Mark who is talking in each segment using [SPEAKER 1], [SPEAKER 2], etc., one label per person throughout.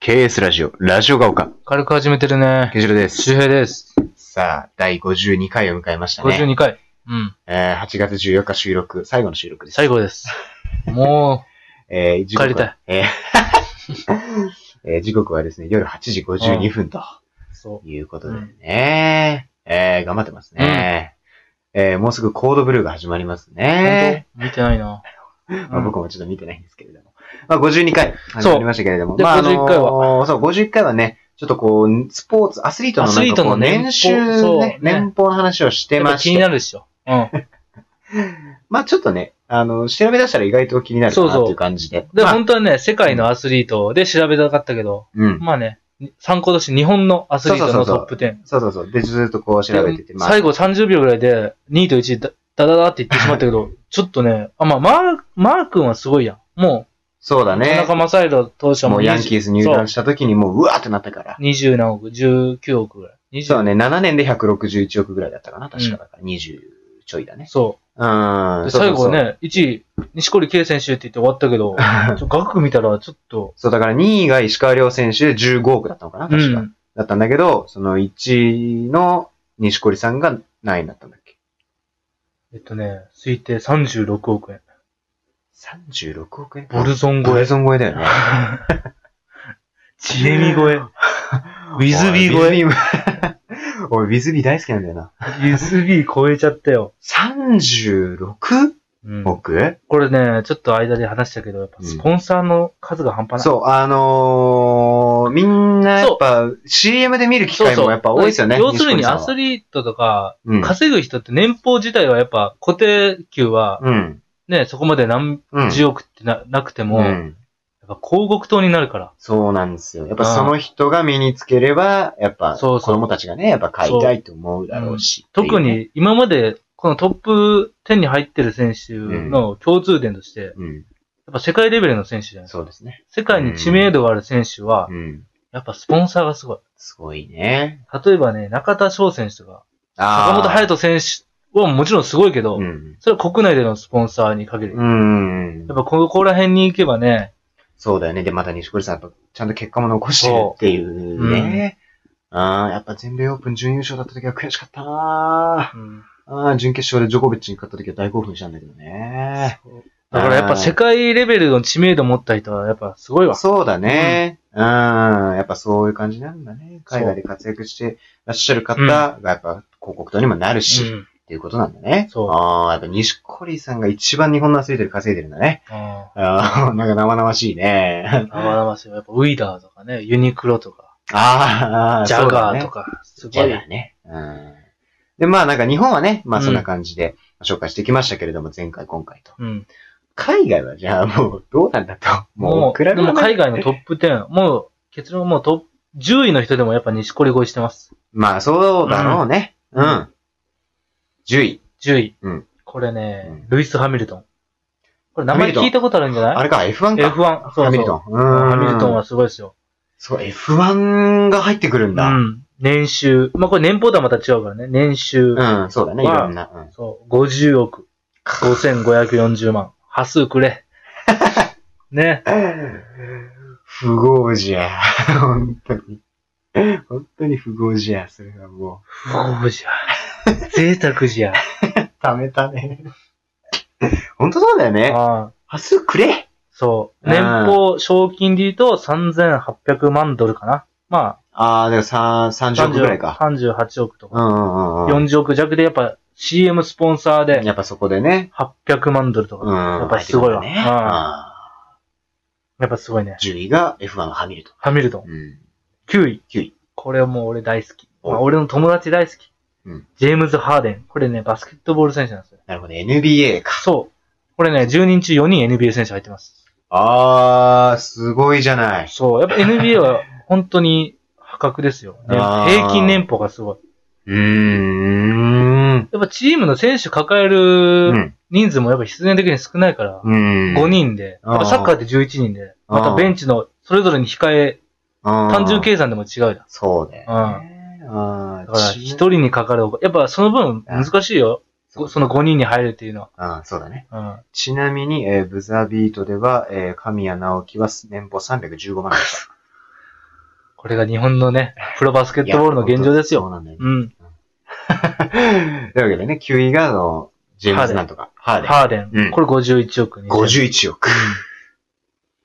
[SPEAKER 1] KS ラジオ、ラジオが丘、
[SPEAKER 2] 軽く始めてるね。
[SPEAKER 1] ケジロです。
[SPEAKER 2] 周平です。
[SPEAKER 1] さあ、第52回を迎えましたね。
[SPEAKER 2] 52回。うん。
[SPEAKER 1] えー8月14日収録、最後の収録です。
[SPEAKER 2] 最 後です。も
[SPEAKER 1] えー時刻は
[SPEAKER 2] 帰りたい
[SPEAKER 1] えーえー時 刻はですね、夜8時52分と
[SPEAKER 2] う。そ
[SPEAKER 1] いうことでね、えー頑張ってますね。えーもうすぐコードブルーが始まります
[SPEAKER 2] う。
[SPEAKER 1] ね。
[SPEAKER 2] 本当見てないな。
[SPEAKER 1] まあ、
[SPEAKER 2] うん
[SPEAKER 1] 僕もちょっと見てないんですけれども。まあ、52回始まりましたけれども。
[SPEAKER 2] で
[SPEAKER 1] まあ、あのー
[SPEAKER 2] 51回
[SPEAKER 1] そう、51回はね、ちょっとこう、スポーツ、アスリートのなんかこう
[SPEAKER 2] アスリートの年俸
[SPEAKER 1] 年収
[SPEAKER 2] そ
[SPEAKER 1] ね
[SPEAKER 2] うね、
[SPEAKER 1] 年俸の話をして
[SPEAKER 2] やっ
[SPEAKER 1] ま
[SPEAKER 2] ぱ気
[SPEAKER 1] し
[SPEAKER 2] に
[SPEAKER 1] て。
[SPEAKER 2] なるでしょ。うん。
[SPEAKER 1] まあ、ちょっとね、あの、調べ出したら意外と気になるか
[SPEAKER 2] そう
[SPEAKER 1] な
[SPEAKER 2] そう
[SPEAKER 1] っていう感じで。
[SPEAKER 2] で、
[SPEAKER 1] まあ
[SPEAKER 2] 本当はね、世界のアスリートで調べたかったけど、
[SPEAKER 1] うん。
[SPEAKER 2] まあね、参考として日本のアスリートのトップ10。
[SPEAKER 1] そうそうそう。で、ずっとこう調べてて、
[SPEAKER 2] で
[SPEAKER 1] まあ、
[SPEAKER 2] 最後30秒ぐらいで2位と1位だダダダって言ってしまったけど、ちょっとね、あ、まあ、マーク、マー君はすごいやん。も
[SPEAKER 1] そうだ
[SPEAKER 2] う、田
[SPEAKER 1] ね。
[SPEAKER 2] 中正宏投手は
[SPEAKER 1] も
[SPEAKER 2] もう
[SPEAKER 1] う
[SPEAKER 2] 20
[SPEAKER 1] ヤンキース入団した時にもう、うわーってなったから。
[SPEAKER 2] 20何億、19億ぐらい。20
[SPEAKER 1] そうね、7年で161億ぐらいだったかな、確かだから。20ちょいだね。
[SPEAKER 2] そう。
[SPEAKER 1] うん。
[SPEAKER 2] で
[SPEAKER 1] そう
[SPEAKER 2] 最
[SPEAKER 1] そうそう
[SPEAKER 2] 後。ね、1位、錦織圭選手って言って終わった けど、ちょ額見たらちょっと、
[SPEAKER 1] そう、だから2位が石川遼選手で15億だったのかな、
[SPEAKER 2] う
[SPEAKER 1] 確か。
[SPEAKER 2] ん、
[SPEAKER 1] だったんだけど、その1位の西織さんが何位になったんだっけ
[SPEAKER 2] えっとね、推定36億円。
[SPEAKER 1] ?36 億円
[SPEAKER 2] ボルゾン
[SPEAKER 1] ボ
[SPEAKER 2] 超
[SPEAKER 1] ル
[SPEAKER 2] え。
[SPEAKER 1] ゾン超えだよね。
[SPEAKER 2] ジエミ超え。 ウィズ ビー 超え。
[SPEAKER 1] え。俺、ウィズビー大好きなんだよな。
[SPEAKER 2] ウィズビー超えちゃったよ。
[SPEAKER 1] 36
[SPEAKER 2] うん、
[SPEAKER 1] 億
[SPEAKER 2] これね、ちょっと間で話したけど、やっぱスポンサーの数が半端ない。
[SPEAKER 1] そう、あのー、みんなやっぱ CM で見る機会もやっぱ多いですよね。
[SPEAKER 2] 要するにアス
[SPEAKER 1] リ
[SPEAKER 2] リートとか、
[SPEAKER 1] ー
[SPEAKER 2] 稼ぐ人って年俸自体はやっぱ固定給は
[SPEAKER 1] うん。
[SPEAKER 2] ね、そこまで何
[SPEAKER 1] うん。
[SPEAKER 2] 十億ってななくても、
[SPEAKER 1] う
[SPEAKER 2] やっ
[SPEAKER 1] ん
[SPEAKER 2] ぱ広告塔になるから。
[SPEAKER 1] そうなんですよ。やっぱその人が身につければ、やっぱ
[SPEAKER 2] そう
[SPEAKER 1] 子
[SPEAKER 2] そう
[SPEAKER 1] 供たちがね、やっぱ買いたいと思うだろうし。ってい
[SPEAKER 2] 特
[SPEAKER 1] うね、
[SPEAKER 2] に今までこのトップ10に入ってる選手の共通点として、やっ
[SPEAKER 1] うん。
[SPEAKER 2] ぱ世界レベルの選手じゃないですか。
[SPEAKER 1] そうですね。
[SPEAKER 2] 世界に知名度がある選手は
[SPEAKER 1] う、ん。
[SPEAKER 2] やっぱスポンサーがすごい。
[SPEAKER 1] すごいね。
[SPEAKER 2] 例えばね、中田翔選手とか、
[SPEAKER 1] あ
[SPEAKER 2] 坂
[SPEAKER 1] ー
[SPEAKER 2] 本隼人選手はもちろんすごいけど、
[SPEAKER 1] うん。
[SPEAKER 2] それは国内でのスポンサーに限る。やっ
[SPEAKER 1] うん。
[SPEAKER 2] ぱここら辺に行けばね、
[SPEAKER 1] そうだよね。で、また西堀さん、やっぱちゃんと結果も残してるっていうね。ああ、やっぱ全米オープン準優勝だった時は悔しかったな
[SPEAKER 2] うん
[SPEAKER 1] ーああ、準決勝でジョコビッチに勝った時は大興奮したんだけどね。
[SPEAKER 2] だからやっぱ世界レベルの知名度を持った人はやっぱすごいわ。
[SPEAKER 1] そうだね。うん、やっぱそういう感じなんだね。海外で活躍してらっしゃる方が、やっぱ広告塔にもなるし、
[SPEAKER 2] うん
[SPEAKER 1] っていうことなんだね。
[SPEAKER 2] そう
[SPEAKER 1] ああ、やっぱ西堀さんが一番日本のアスリートで稼いでるんだね。
[SPEAKER 2] あ
[SPEAKER 1] ああ、 なんか生々しいね
[SPEAKER 2] ー。生々しいわやっぱウィーダーとかね、ユニクロとか、
[SPEAKER 1] ああ、
[SPEAKER 2] ジャ
[SPEAKER 1] そうだ
[SPEAKER 2] ガ
[SPEAKER 1] ね
[SPEAKER 2] ーとか、す
[SPEAKER 1] ジ
[SPEAKER 2] ご
[SPEAKER 1] ャ
[SPEAKER 2] い
[SPEAKER 1] ガーね。うん。で、まあなんか日本はね、まあそんな感じで紹介してきましたけれども、前回、今回と。
[SPEAKER 2] うん。
[SPEAKER 1] 海外はじゃあもうどうなんだと。も
[SPEAKER 2] も
[SPEAKER 1] う
[SPEAKER 2] う、
[SPEAKER 1] 比べ
[SPEAKER 2] でも
[SPEAKER 1] もない
[SPEAKER 2] 海外のトップ10、もう結論はもうトップ、10位の人でもやっぱ西堀越えしてます。
[SPEAKER 1] まあそうだろうね。うんん。10位。
[SPEAKER 2] 10位。
[SPEAKER 1] うん
[SPEAKER 2] これね、
[SPEAKER 1] うん
[SPEAKER 2] ルイス・ハミルトン。これ名
[SPEAKER 1] ハミ
[SPEAKER 2] 前
[SPEAKER 1] ルトン
[SPEAKER 2] 聞いたことあるんじゃ
[SPEAKER 1] あ
[SPEAKER 2] ない
[SPEAKER 1] れか、F1 か。
[SPEAKER 2] ?F1。そうそう。
[SPEAKER 1] ハミルトン。うん。
[SPEAKER 2] ハミルトンはすごいですよ。
[SPEAKER 1] そう、F1 が入ってくるん
[SPEAKER 2] う
[SPEAKER 1] だ。
[SPEAKER 2] ん。年収。まあ、これ年俸とはまた違うからね。年収。
[SPEAKER 1] うん、そうだね、い
[SPEAKER 2] まあ
[SPEAKER 1] ろんな。うん
[SPEAKER 2] そう。50億。5540万。波数く れ。ね。
[SPEAKER 1] 不合じゃ。 本当に。本当に不合じゃ。それはも
[SPEAKER 2] 不幸じゃ。贅沢 じゃ。
[SPEAKER 1] う、ためたね。本当そうだよね。
[SPEAKER 2] ああ
[SPEAKER 1] 明日くれ
[SPEAKER 2] そう。
[SPEAKER 1] うん
[SPEAKER 2] 年俸、賞金で言うと3800万ドルかな。まあ、
[SPEAKER 1] ああ、でもさ、30億ぐらいか。
[SPEAKER 2] 38億と
[SPEAKER 1] う
[SPEAKER 2] か、
[SPEAKER 1] んうんうんうん。
[SPEAKER 2] 40億弱でやっぱ CM スポンサーで
[SPEAKER 1] やっぱそこでね。
[SPEAKER 2] 800万ドルとか、
[SPEAKER 1] うん。や
[SPEAKER 2] やっぱすごいわ
[SPEAKER 1] ね。
[SPEAKER 2] うん
[SPEAKER 1] あ
[SPEAKER 2] やっぱすごいね
[SPEAKER 1] ー。10位が F1 のハミルト
[SPEAKER 2] ハミルトン
[SPEAKER 1] ン。うん。
[SPEAKER 2] 9位。
[SPEAKER 1] 9位。
[SPEAKER 2] これはもう俺大好き。
[SPEAKER 1] お
[SPEAKER 2] まあ、俺の友達大好き
[SPEAKER 1] うん。
[SPEAKER 2] ジェームズ・ハーデン。これね、バスケットボール選手なんですよ。
[SPEAKER 1] なるほど、NBA か。
[SPEAKER 2] そう。これね、10人中4人 NBA 選手入ってます。
[SPEAKER 1] あー、すごいじゃない。
[SPEAKER 2] そう。やっぱ NBA は本当に破格ですよ。ね
[SPEAKER 1] あー
[SPEAKER 2] 平均年俸がすごい。
[SPEAKER 1] うーん。
[SPEAKER 2] やっぱチームの選手抱え
[SPEAKER 1] う
[SPEAKER 2] る
[SPEAKER 1] ん。
[SPEAKER 2] 人数もやっぱ必然的に少ないから、
[SPEAKER 1] うん。
[SPEAKER 2] 5人で、
[SPEAKER 1] あー
[SPEAKER 2] やっぱサッカーって11人で、ま
[SPEAKER 1] あ
[SPEAKER 2] た
[SPEAKER 1] ー
[SPEAKER 2] ベンチのそれぞれに控え、単
[SPEAKER 1] 単
[SPEAKER 2] 純計算でも違うじゃん。
[SPEAKER 1] そうだよね。あー
[SPEAKER 2] だから
[SPEAKER 1] チーム
[SPEAKER 2] 一人にかかるお金、やっぱその分難しいよ。ごその5人に入るっていうの
[SPEAKER 1] あーそうだね。
[SPEAKER 2] は。
[SPEAKER 1] ちなみに、えーブザービートでは、えー神谷直樹は年俸315万でした。
[SPEAKER 2] これが日本のね、プロバスケットボールの現状です
[SPEAKER 1] そう
[SPEAKER 2] よ。
[SPEAKER 1] なんだよ。
[SPEAKER 2] うん。
[SPEAKER 1] というわけでね、9位が、あの、ジェームズなんとか、ハーデン。
[SPEAKER 2] ハーデン。
[SPEAKER 1] うん
[SPEAKER 2] これ51億2000。
[SPEAKER 1] 51億。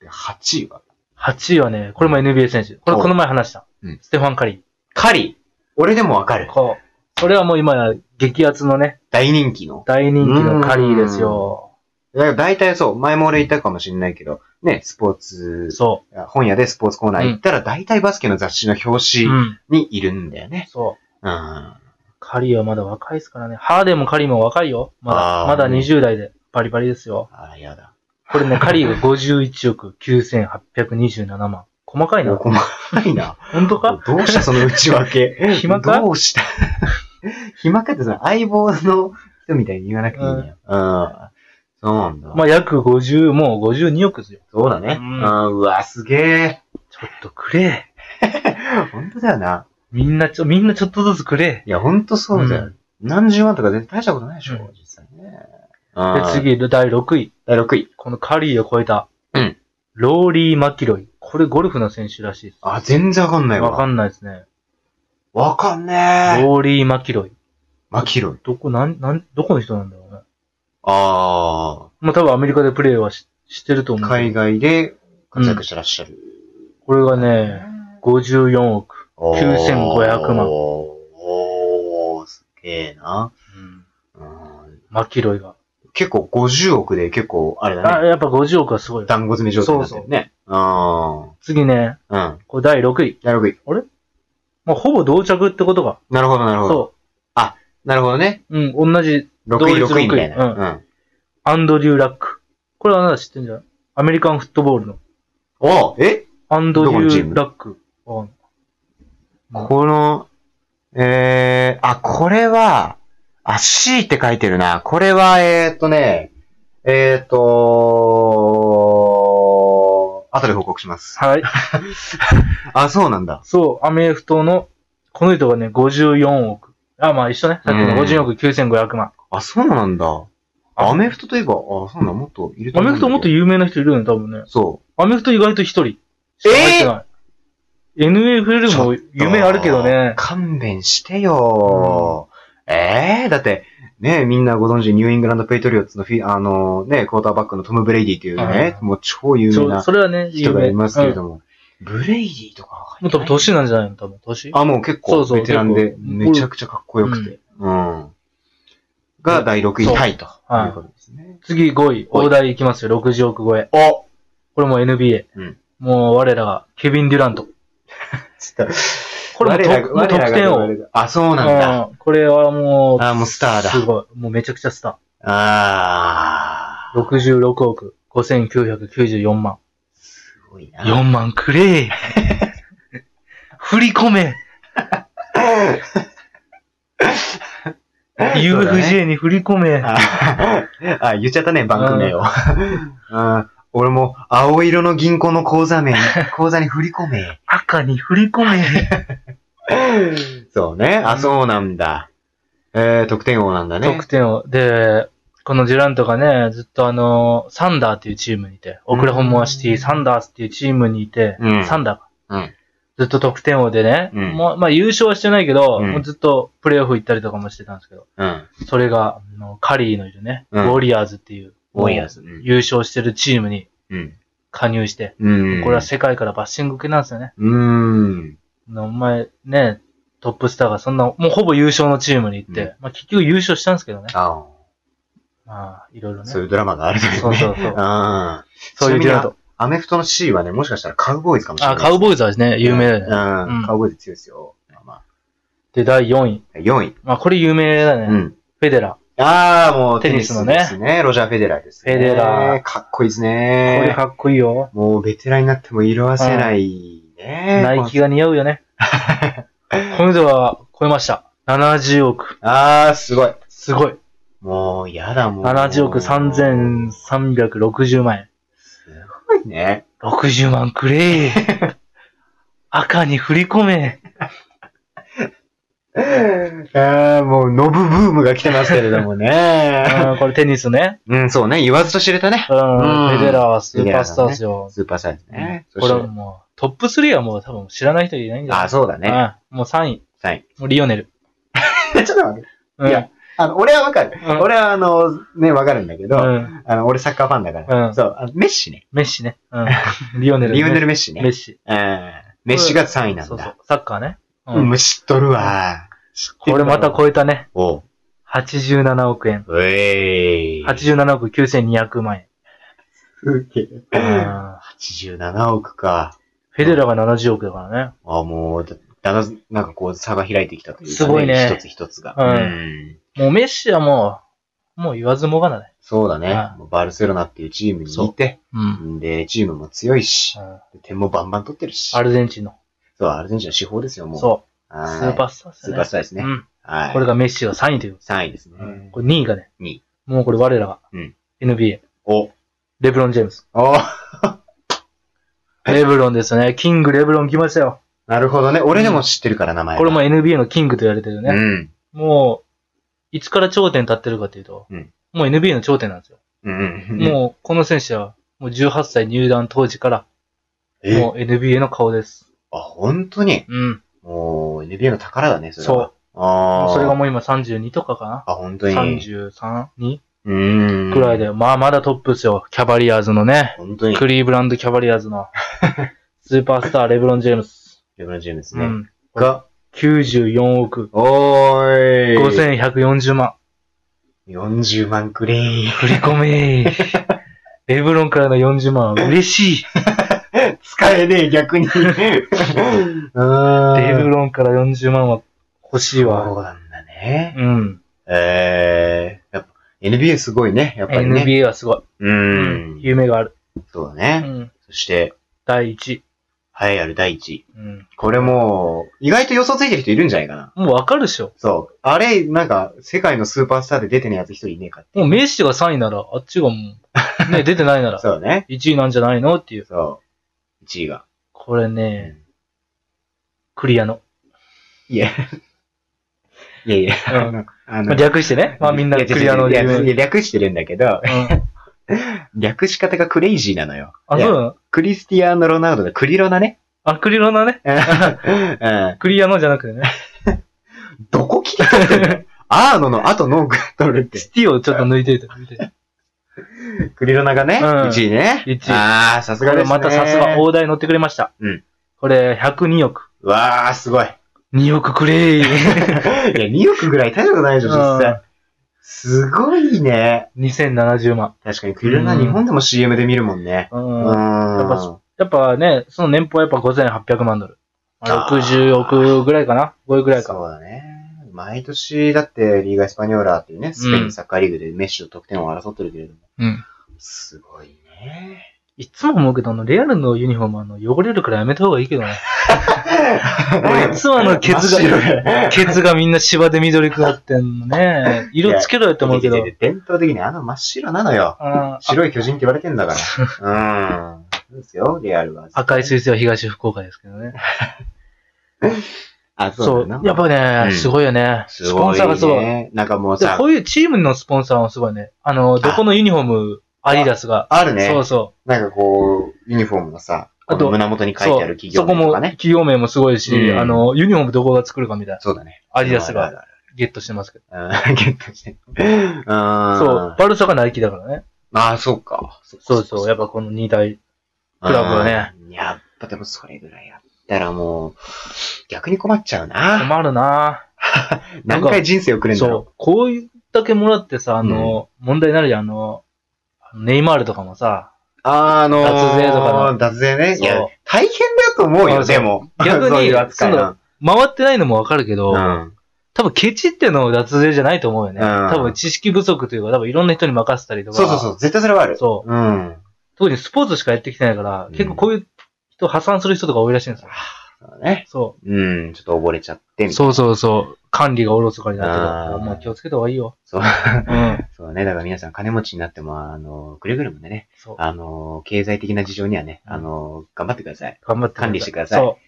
[SPEAKER 1] で8位は、
[SPEAKER 2] 8位はね、これも NBA 選手。これこの前話した。
[SPEAKER 1] うん
[SPEAKER 2] ステファン・カリ
[SPEAKER 1] カリー。俺でもわかる
[SPEAKER 2] ー。。こう。これはもう今や激アツのね、
[SPEAKER 1] 大人気の。
[SPEAKER 2] 大人気のカリーですよ。
[SPEAKER 1] だから大体そう、前も俺言ったかもしれないけど、ね、スポーツ、
[SPEAKER 2] そ
[SPEAKER 1] 本屋でスポーツコーナー行ったら大体バスケの雑誌の表
[SPEAKER 2] う。う
[SPEAKER 1] 紙
[SPEAKER 2] ん。
[SPEAKER 1] にいるんだよね。
[SPEAKER 2] そう。
[SPEAKER 1] うん。
[SPEAKER 2] カリーはまだ若いですからね。ハーデンもカリーも若いよ。ま
[SPEAKER 1] あ
[SPEAKER 2] だ、
[SPEAKER 1] ー
[SPEAKER 2] まだ20代でバリバリですよ。
[SPEAKER 1] あら、やだ。
[SPEAKER 2] これね、カリーが51億9827万。細かいな。
[SPEAKER 1] お細かいな。
[SPEAKER 2] 本当か。
[SPEAKER 1] どうしたその内訳
[SPEAKER 2] 暇か
[SPEAKER 1] どうした 暇かってさ、相棒の人みたいに言わなくていいんだよ。うん。そうなんだ。
[SPEAKER 2] まあ、約50、もう52億ですよ。
[SPEAKER 1] そうだね。
[SPEAKER 2] う
[SPEAKER 1] うんん、うわ、すげえ。
[SPEAKER 2] ちょっとくれ。
[SPEAKER 1] 本当だよな。
[SPEAKER 2] みんなちょ、みんなちょっとずつくれ。
[SPEAKER 1] いや、本当そうだよ。
[SPEAKER 2] う
[SPEAKER 1] 何十万とか全然大したことないでしょ、
[SPEAKER 2] うん
[SPEAKER 1] 実際ね。
[SPEAKER 2] で、
[SPEAKER 1] あー。
[SPEAKER 2] 次、第6位。
[SPEAKER 1] 第6位。
[SPEAKER 2] このカリーを超えた。
[SPEAKER 1] うん
[SPEAKER 2] ローリー・マキロイ。これゴルフの選手らしいです。
[SPEAKER 1] あ、全然わかんないわ。
[SPEAKER 2] わかんないですね。
[SPEAKER 1] わかんねえ。
[SPEAKER 2] ローリー・マキロイ。
[SPEAKER 1] マキロイ。
[SPEAKER 2] どこ、なん、なん、どこの人なんだろうね。
[SPEAKER 1] あ
[SPEAKER 2] まあ、多分アメリカでプレーはししてると
[SPEAKER 1] あ、
[SPEAKER 2] 思う。
[SPEAKER 1] 海外で活躍してらっしゃる。
[SPEAKER 2] これがね、54億。
[SPEAKER 1] おー
[SPEAKER 2] 9500万
[SPEAKER 1] おー、すげえな。うん
[SPEAKER 2] マキロイが。
[SPEAKER 1] 結構50億で結構、あれだ
[SPEAKER 2] あ、
[SPEAKER 1] ね。
[SPEAKER 2] やっぱ50億はすごいよ。
[SPEAKER 1] 団子詰め状態になってるね。う
[SPEAKER 2] 次ね、
[SPEAKER 1] ん。うん。
[SPEAKER 2] これ第6位。
[SPEAKER 1] 第6位。
[SPEAKER 2] まあ、ほぼ同着ってことか。
[SPEAKER 1] なるほど、なるほど。
[SPEAKER 2] そ
[SPEAKER 1] なるほどね。
[SPEAKER 2] う。うん、同じ
[SPEAKER 1] 6
[SPEAKER 2] 同
[SPEAKER 1] 位、
[SPEAKER 2] 率
[SPEAKER 1] 6位みたい
[SPEAKER 2] 六位
[SPEAKER 1] な。
[SPEAKER 2] アンドリュー・ラック。これはあなた知ってんじゃんアメリカンフットボールの。
[SPEAKER 1] うん。おーえ
[SPEAKER 2] アンド
[SPEAKER 1] どこ
[SPEAKER 2] リ
[SPEAKER 1] のチ
[SPEAKER 2] ュ
[SPEAKER 1] ー
[SPEAKER 2] ー・
[SPEAKER 1] ム
[SPEAKER 2] ラック。わかんない
[SPEAKER 1] この、えー、あ、これは、あ、C って書いてるな。これは、えーっとね、えーっと、後で報告します。
[SPEAKER 2] はい。
[SPEAKER 1] あ、そうなんだ。
[SPEAKER 2] そう、アメフトの、この人がね、54億。あ、まあ一緒ね。さっきの
[SPEAKER 1] うん
[SPEAKER 2] 54億9500万。
[SPEAKER 1] あ、そうなんだ。
[SPEAKER 2] あ
[SPEAKER 1] アメフトといえば、あ、そうなんだ、もっといると
[SPEAKER 2] ア
[SPEAKER 1] 思う
[SPEAKER 2] メ
[SPEAKER 1] んだけ
[SPEAKER 2] フ
[SPEAKER 1] ど
[SPEAKER 2] トもっと有名な人いるよね、多分ね。
[SPEAKER 1] そ
[SPEAKER 2] アメフト意外と一人。しか入ってない。NFL も
[SPEAKER 1] う。
[SPEAKER 2] 夢あるけどね。
[SPEAKER 1] 勘弁してよ、ええー、だって、ね、みんなご存知、ニューイングランドペイトリオッツのフィ、あの、ね、クォーターバックのトム・ブレイディっていうね、もう超有名
[SPEAKER 2] そう、
[SPEAKER 1] な
[SPEAKER 2] それはね、有
[SPEAKER 1] 人が
[SPEAKER 2] 名。
[SPEAKER 1] いますけれ
[SPEAKER 2] うん
[SPEAKER 1] ども、ブレイディとか
[SPEAKER 2] もう多分年なんじゃないの多分年
[SPEAKER 1] あ、もう結
[SPEAKER 2] そ
[SPEAKER 1] 構
[SPEAKER 2] うそう
[SPEAKER 1] ベテランで
[SPEAKER 2] 結構
[SPEAKER 1] めちゃくちゃかっこよくて。うん。が第6
[SPEAKER 2] そ
[SPEAKER 1] 位
[SPEAKER 2] う
[SPEAKER 1] タイと
[SPEAKER 2] はい
[SPEAKER 1] いうことですね。
[SPEAKER 2] 次5位、大台いきますよ。60億超え。
[SPEAKER 1] お
[SPEAKER 2] これも NBA。
[SPEAKER 1] うん
[SPEAKER 2] もう我らが、ケビン・デュラント。
[SPEAKER 1] つった。
[SPEAKER 2] これも
[SPEAKER 1] 我らが
[SPEAKER 2] 得もう得点。王
[SPEAKER 1] 我らがあ、そうなんだ。
[SPEAKER 2] うんこれはもう、
[SPEAKER 1] あーもうスターだ
[SPEAKER 2] すごい。もうめちゃくちゃスタ
[SPEAKER 1] あ
[SPEAKER 2] ー。66億5994万。
[SPEAKER 1] ー、すごいな。
[SPEAKER 2] 4万 くれ振り込め !UFJ に振り込め、
[SPEAKER 1] あ、あ言っちゃったね、バンク名を。あ俺も、青色の銀行の口座名 に、口座に振り込め。
[SPEAKER 2] 赤に振り込め
[SPEAKER 1] そうね。あ、そうなんだ。えー、得点王なんだね
[SPEAKER 2] 得。点を。で、このジュラントがね、ずっとあの、サンダーっていうチームにいて、オクラホマシティ、サンダースっていうチームにいて、
[SPEAKER 1] うん
[SPEAKER 2] サンダーが、
[SPEAKER 1] うん
[SPEAKER 2] ずっと得点王でね、
[SPEAKER 1] うん
[SPEAKER 2] もうまあ優勝はしてないけど、
[SPEAKER 1] うん
[SPEAKER 2] もうずっとプレイオフ行ったりとかもしてたんですけど、
[SPEAKER 1] うん。
[SPEAKER 2] それが、あのカリーのいるね、
[SPEAKER 1] うん
[SPEAKER 2] ウォリアーズっていう、
[SPEAKER 1] ウォリアーズ。うん
[SPEAKER 2] 優勝してるチームに
[SPEAKER 1] うん。
[SPEAKER 2] 加入して、
[SPEAKER 1] うん。
[SPEAKER 2] これは世界からバッシング受けなんですよね。
[SPEAKER 1] うーん。
[SPEAKER 2] お前ね、トップスターがそんな、もうほぼ優勝のチームに行って、
[SPEAKER 1] うん
[SPEAKER 2] まあ結局優勝したんですけどね。
[SPEAKER 1] あ
[SPEAKER 2] まあ、いろいろ
[SPEAKER 1] あ、
[SPEAKER 2] ね。
[SPEAKER 1] そ
[SPEAKER 2] そうう
[SPEAKER 1] いうドラマがあるというね。
[SPEAKER 2] そうそう。
[SPEAKER 1] ああ。
[SPEAKER 2] そういう
[SPEAKER 1] ち
[SPEAKER 2] デュラ
[SPEAKER 1] な
[SPEAKER 2] ン
[SPEAKER 1] み
[SPEAKER 2] ト
[SPEAKER 1] に。アメフトの C はね、もしかしたらカウボーイズかもしれない
[SPEAKER 2] あ、
[SPEAKER 1] ですね。
[SPEAKER 2] カウボーイズはね、有名だよね。
[SPEAKER 1] う
[SPEAKER 2] うん
[SPEAKER 1] ん。カウボーイズ強いですよ。ま
[SPEAKER 2] で、第4位。
[SPEAKER 1] あ、4位。
[SPEAKER 2] まあこれ有名だね。
[SPEAKER 1] うん。
[SPEAKER 2] フェデラ
[SPEAKER 1] ああ、もう
[SPEAKER 2] テ
[SPEAKER 1] テ
[SPEAKER 2] ニ
[SPEAKER 1] ニ
[SPEAKER 2] ス
[SPEAKER 1] スの
[SPEAKER 2] のね
[SPEAKER 1] ね。ロジャー・フェデラーです、ね。
[SPEAKER 2] フェデラー
[SPEAKER 1] かっこいいです
[SPEAKER 2] ー。これ
[SPEAKER 1] ね。
[SPEAKER 2] かっこいいよ。
[SPEAKER 1] もうベテランになっても色褪せないね。
[SPEAKER 2] ナイキが似合 うよね。この人は超えました。70億。
[SPEAKER 1] ああ、すごい。
[SPEAKER 2] すごい。
[SPEAKER 1] もう、やだもう。
[SPEAKER 2] 70億3360万円。
[SPEAKER 1] すごいね。
[SPEAKER 2] 60万 くれ赤に振り込め
[SPEAKER 1] あーもう、ノブブームが来てますけれどもね。
[SPEAKER 2] うん、これテニスね。
[SPEAKER 1] うん、そうね。言わずと知れたね。
[SPEAKER 2] うん、フ
[SPEAKER 1] うん
[SPEAKER 2] ェデラー、スーパースターですよ。
[SPEAKER 1] スーパーサイズね。
[SPEAKER 2] これはもう、トップ3はもう多分知らない人いないんじゃない
[SPEAKER 1] あ、そうだね。
[SPEAKER 2] うん、もう3位。
[SPEAKER 1] サイ
[SPEAKER 2] もうリオネル。
[SPEAKER 1] ン。ちょっと待って。
[SPEAKER 2] うん、
[SPEAKER 1] いやあの、俺はわかる。
[SPEAKER 2] うん
[SPEAKER 1] 俺はあの、ね、わかるんだけ
[SPEAKER 2] う
[SPEAKER 1] ど、
[SPEAKER 2] ん、
[SPEAKER 1] あの、俺サッカーファンだから。
[SPEAKER 2] うん
[SPEAKER 1] そう、あのメッシね。
[SPEAKER 2] メッシね。うん、 リオネル。
[SPEAKER 1] リオネル・メッシね。
[SPEAKER 2] メッシ。
[SPEAKER 1] うんメッシが3位なん
[SPEAKER 2] そうそ
[SPEAKER 1] だ
[SPEAKER 2] う。。サッカーね。
[SPEAKER 1] う、
[SPEAKER 2] うんん。
[SPEAKER 1] もう知っとるわ。知ってる
[SPEAKER 2] こ
[SPEAKER 1] わ
[SPEAKER 2] れまた超えたね。
[SPEAKER 1] おう。
[SPEAKER 2] 87億円。
[SPEAKER 1] うえい。
[SPEAKER 2] 87億9200万円。
[SPEAKER 1] すげえ
[SPEAKER 2] うん
[SPEAKER 1] 87億か。
[SPEAKER 2] フェデラーが70億だからね。
[SPEAKER 1] あ、もう、だ、だな、なんかこう差が開いてきたというか、
[SPEAKER 2] すごいね
[SPEAKER 1] 一つ一つが。
[SPEAKER 2] うん
[SPEAKER 1] ん
[SPEAKER 2] もうメッシはもう、もう言わずもがなね。
[SPEAKER 1] そうだね
[SPEAKER 2] は。
[SPEAKER 1] もうバルセロナっていうチームにいて、
[SPEAKER 2] うん。
[SPEAKER 1] で、チームも強いし
[SPEAKER 2] う、ん
[SPEAKER 1] 点もバンバン取ってるし。
[SPEAKER 2] アルゼンチンの。
[SPEAKER 1] そう、アルゼンチンの司法ですよ、もう。
[SPEAKER 2] そう。
[SPEAKER 1] う。
[SPEAKER 2] スーパースターです
[SPEAKER 1] ス
[SPEAKER 2] よ
[SPEAKER 1] ーパー
[SPEAKER 2] ね。
[SPEAKER 1] スターですね
[SPEAKER 2] う。ん。
[SPEAKER 1] はい。
[SPEAKER 2] これがメッシが3位という。
[SPEAKER 1] 3位ですね。
[SPEAKER 2] これ2位がね。
[SPEAKER 1] 二位
[SPEAKER 2] もうこれ我らが。
[SPEAKER 1] うん。
[SPEAKER 2] NBA。
[SPEAKER 1] お、
[SPEAKER 2] レブロン・ジェームス。
[SPEAKER 1] お、
[SPEAKER 2] レブロンですね。キング、レブロン来ましたよ。
[SPEAKER 1] なるほどね。俺でも知ってるから、名前は。
[SPEAKER 2] これも NBA のキングと言われてる
[SPEAKER 1] う
[SPEAKER 2] ね。
[SPEAKER 1] ん。
[SPEAKER 2] もう、いつから頂点立ってるかというと、
[SPEAKER 1] うん
[SPEAKER 2] もう NBA の頂点なんですよ。
[SPEAKER 1] うんうん。うん
[SPEAKER 2] もう、この選手は、もう18歳入団当時から、
[SPEAKER 1] え、
[SPEAKER 2] もう NBA の顔です。
[SPEAKER 1] あ、本当に。
[SPEAKER 2] うん。
[SPEAKER 1] もう、NBA の宝だね、それは。
[SPEAKER 2] そう。
[SPEAKER 1] う。ああ。
[SPEAKER 2] それがもう今32とかか
[SPEAKER 1] あ、本当
[SPEAKER 2] な
[SPEAKER 1] に。
[SPEAKER 2] ?33、2
[SPEAKER 1] うーん。
[SPEAKER 2] くらい。で、まあまだトップですよ。キャバリアーズのね。
[SPEAKER 1] 本当に。
[SPEAKER 2] クリーブランドキャバリアー ズのスーパースター、レブロン・ジェームス。
[SPEAKER 1] レブロン・ジェームス
[SPEAKER 2] う
[SPEAKER 1] ね。
[SPEAKER 2] ん。
[SPEAKER 1] が、
[SPEAKER 2] 94億
[SPEAKER 1] おーい。。
[SPEAKER 2] 5140万。
[SPEAKER 1] 40万くれー。
[SPEAKER 2] 振り込めレブロンからの40万は嬉しい。
[SPEAKER 1] 使えねえ、逆 に。うーん。
[SPEAKER 2] レブロンから40万は欲しいわ。
[SPEAKER 1] そうなんだね。
[SPEAKER 2] うん。
[SPEAKER 1] えー、やっぱ、NBA すごいね、やっぱりね。
[SPEAKER 2] NBA はすごい。
[SPEAKER 1] うーん。
[SPEAKER 2] 夢がある。
[SPEAKER 1] そうだ
[SPEAKER 2] う
[SPEAKER 1] ね。
[SPEAKER 2] ん。
[SPEAKER 1] そして、
[SPEAKER 2] 第一位。
[SPEAKER 1] 栄えある第一位。
[SPEAKER 2] うん。
[SPEAKER 1] これもう、意外と予想ついてる人いるんじゃないかな。
[SPEAKER 2] もうわかるでしょ。
[SPEAKER 1] そう。あれ、なんか、世界のスーパースターで出てないやつ一人いねえかって。
[SPEAKER 2] もうメッシが3位なら、あっちがもう、 ね、出てないなら、
[SPEAKER 1] そうだね。
[SPEAKER 2] 1位なんじゃないのっていう。
[SPEAKER 1] そう。1位が。
[SPEAKER 2] これね、クリアの。
[SPEAKER 1] いや。 いやいや、
[SPEAKER 2] うん
[SPEAKER 1] あの、あ
[SPEAKER 2] まあ、
[SPEAKER 1] の、
[SPEAKER 2] 略してね。まあみんなクリアの
[SPEAKER 1] いや
[SPEAKER 2] 理
[SPEAKER 1] いやい
[SPEAKER 2] 由。
[SPEAKER 1] や略してるんだけど、
[SPEAKER 2] うん
[SPEAKER 1] 略し方がクレイジーなのよ。
[SPEAKER 2] あ、
[SPEAKER 1] い
[SPEAKER 2] そ
[SPEAKER 1] や
[SPEAKER 2] うなの
[SPEAKER 1] クリスティアーノ・ロナウドがクリロナね。
[SPEAKER 2] あ、クリロナね。
[SPEAKER 1] うん。
[SPEAKER 2] クリアのじゃなくてね。
[SPEAKER 1] どこ聞きたいのアーノの後のグッドルって。
[SPEAKER 2] スティをちょっと抜いてて。
[SPEAKER 1] クリロナがね、
[SPEAKER 2] うん
[SPEAKER 1] 1位ね。
[SPEAKER 2] 一位
[SPEAKER 1] ああ、さす
[SPEAKER 2] こ
[SPEAKER 1] がで
[SPEAKER 2] れ
[SPEAKER 1] すね。
[SPEAKER 2] またさすが大台乗ってくれました。
[SPEAKER 1] うん
[SPEAKER 2] これ、102億。
[SPEAKER 1] わあ、すごい。い
[SPEAKER 2] 2億く れー。
[SPEAKER 1] や、2億ぐらい大したことないでしょ、実
[SPEAKER 2] う
[SPEAKER 1] 際
[SPEAKER 2] ん。
[SPEAKER 1] すごいね。
[SPEAKER 2] 2070万。
[SPEAKER 1] 確かにクリロナ
[SPEAKER 2] うん
[SPEAKER 1] 日本でも CM で見るもんね。う
[SPEAKER 2] うん。
[SPEAKER 1] ん。
[SPEAKER 2] っぱそやっぱね、その年俸はやっぱ5800万ドル。まあ60億ぐらいかな ?5 ぐらいか。
[SPEAKER 1] そうだね。毎年、だって、リーガ・エスパニョーラっていうね、スペインサッカーリーグでメッシュと得点を争ってるけれども。
[SPEAKER 2] うん。
[SPEAKER 1] すごいね。
[SPEAKER 2] いつも思うけど、あの、レアルのユニフォーム、あの、汚れるからやめた方がいいけどね。 俺いつもあの、ケツ
[SPEAKER 1] 真っ白
[SPEAKER 2] が、ケツがみんな芝で緑くなってんのね。色つけろよって思うけど。
[SPEAKER 1] で伝統的にあの真っ白なのよ。
[SPEAKER 2] あー
[SPEAKER 1] 白い巨人って言われてんだ から。うん。そうですよ、リアルは。
[SPEAKER 2] 赤い彗星は東福岡ですけどね。
[SPEAKER 1] あ、そ
[SPEAKER 2] そう
[SPEAKER 1] だな。。
[SPEAKER 2] うやっぱね、
[SPEAKER 1] うん
[SPEAKER 2] すごいよね。
[SPEAKER 1] す
[SPEAKER 2] ス
[SPEAKER 1] ご
[SPEAKER 2] ポ
[SPEAKER 1] い、ね。
[SPEAKER 2] ンサーがすごい。で、
[SPEAKER 1] なんかもうさ
[SPEAKER 2] こ、ういうチームのスポンサーもすごいね。あの、どこのユニフォーム、アディダスが。
[SPEAKER 1] あるね。
[SPEAKER 2] そうそ
[SPEAKER 1] なんかこう、ユニフォームのさ、
[SPEAKER 2] あと
[SPEAKER 1] この胸元に
[SPEAKER 2] う。
[SPEAKER 1] 書い
[SPEAKER 2] そ
[SPEAKER 1] てある
[SPEAKER 2] う
[SPEAKER 1] 企業
[SPEAKER 2] そこ
[SPEAKER 1] 名と
[SPEAKER 2] も
[SPEAKER 1] かね。
[SPEAKER 2] 企業名もすごいし、
[SPEAKER 1] うん
[SPEAKER 2] あの、ユニフォームどこが作るかみたいな。
[SPEAKER 1] そうだね。
[SPEAKER 2] アディダス
[SPEAKER 1] ある
[SPEAKER 2] が
[SPEAKER 1] ある
[SPEAKER 2] ゲットしてますけど。
[SPEAKER 1] あるうんゲットして。うん。
[SPEAKER 2] そう。。バルサがナイキだからね。
[SPEAKER 1] ああ、そうか。
[SPEAKER 2] そうそう。やっぱこの2台。クラブはね
[SPEAKER 1] うん。やっぱでもそれぐらいやったらもう、逆に困っちゃうな。
[SPEAKER 2] 困るな
[SPEAKER 1] 何回人生送れんだろ
[SPEAKER 2] そう。こういうだけもらってさ、あの、問題になるじゃん。あの、ネイマールとかもさ、
[SPEAKER 1] う。あー、あのー、
[SPEAKER 2] 脱税とかの
[SPEAKER 1] 脱税ね。い
[SPEAKER 2] そう
[SPEAKER 1] や、大変だと思う
[SPEAKER 2] そ
[SPEAKER 1] よ、
[SPEAKER 2] うそう
[SPEAKER 1] でも。
[SPEAKER 2] 逆 に
[SPEAKER 1] そういう扱いな。
[SPEAKER 2] 回ってないのもわかるけど、
[SPEAKER 1] うん。
[SPEAKER 2] 多分ケチっての脱税じゃないと思うよね。
[SPEAKER 1] うん
[SPEAKER 2] 多分知識不足というか、多分いろんな人に任せたりとか。。
[SPEAKER 1] そうそうそうう、絶対それはある。
[SPEAKER 2] そう。
[SPEAKER 1] うん。
[SPEAKER 2] 特にスポーツしかやってきてないから、
[SPEAKER 1] うん
[SPEAKER 2] 結構こういう人破産する人とか多いらしいんですよ。
[SPEAKER 1] そうだね。
[SPEAKER 2] そ
[SPEAKER 1] うん、ちょっと溺れちゃって
[SPEAKER 2] う。
[SPEAKER 1] みたいな。
[SPEAKER 2] そうそうそう。管理がおろそかになって
[SPEAKER 1] あー
[SPEAKER 2] る。まあ気をつけた方がいいよ。
[SPEAKER 1] そう。
[SPEAKER 2] うん。
[SPEAKER 1] そうね。だから皆さん金持ちになっても、あの、くれぐれもね、
[SPEAKER 2] そう。
[SPEAKER 1] あの、経済的な事情にはね、あの、頑張ってください。
[SPEAKER 2] 頑張ってください
[SPEAKER 1] 管理してください
[SPEAKER 2] そ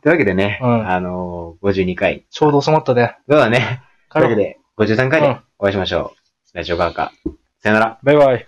[SPEAKER 2] う。
[SPEAKER 1] というわけでね、
[SPEAKER 2] うん
[SPEAKER 1] あのー、52回。
[SPEAKER 2] ちょうど収まったね。
[SPEAKER 1] ではね、というわけ
[SPEAKER 2] 軽く
[SPEAKER 1] で、53回
[SPEAKER 2] う
[SPEAKER 1] で
[SPEAKER 2] ん
[SPEAKER 1] お会いしましょう。ラジオバーカー。さよなら。
[SPEAKER 2] バイバイ。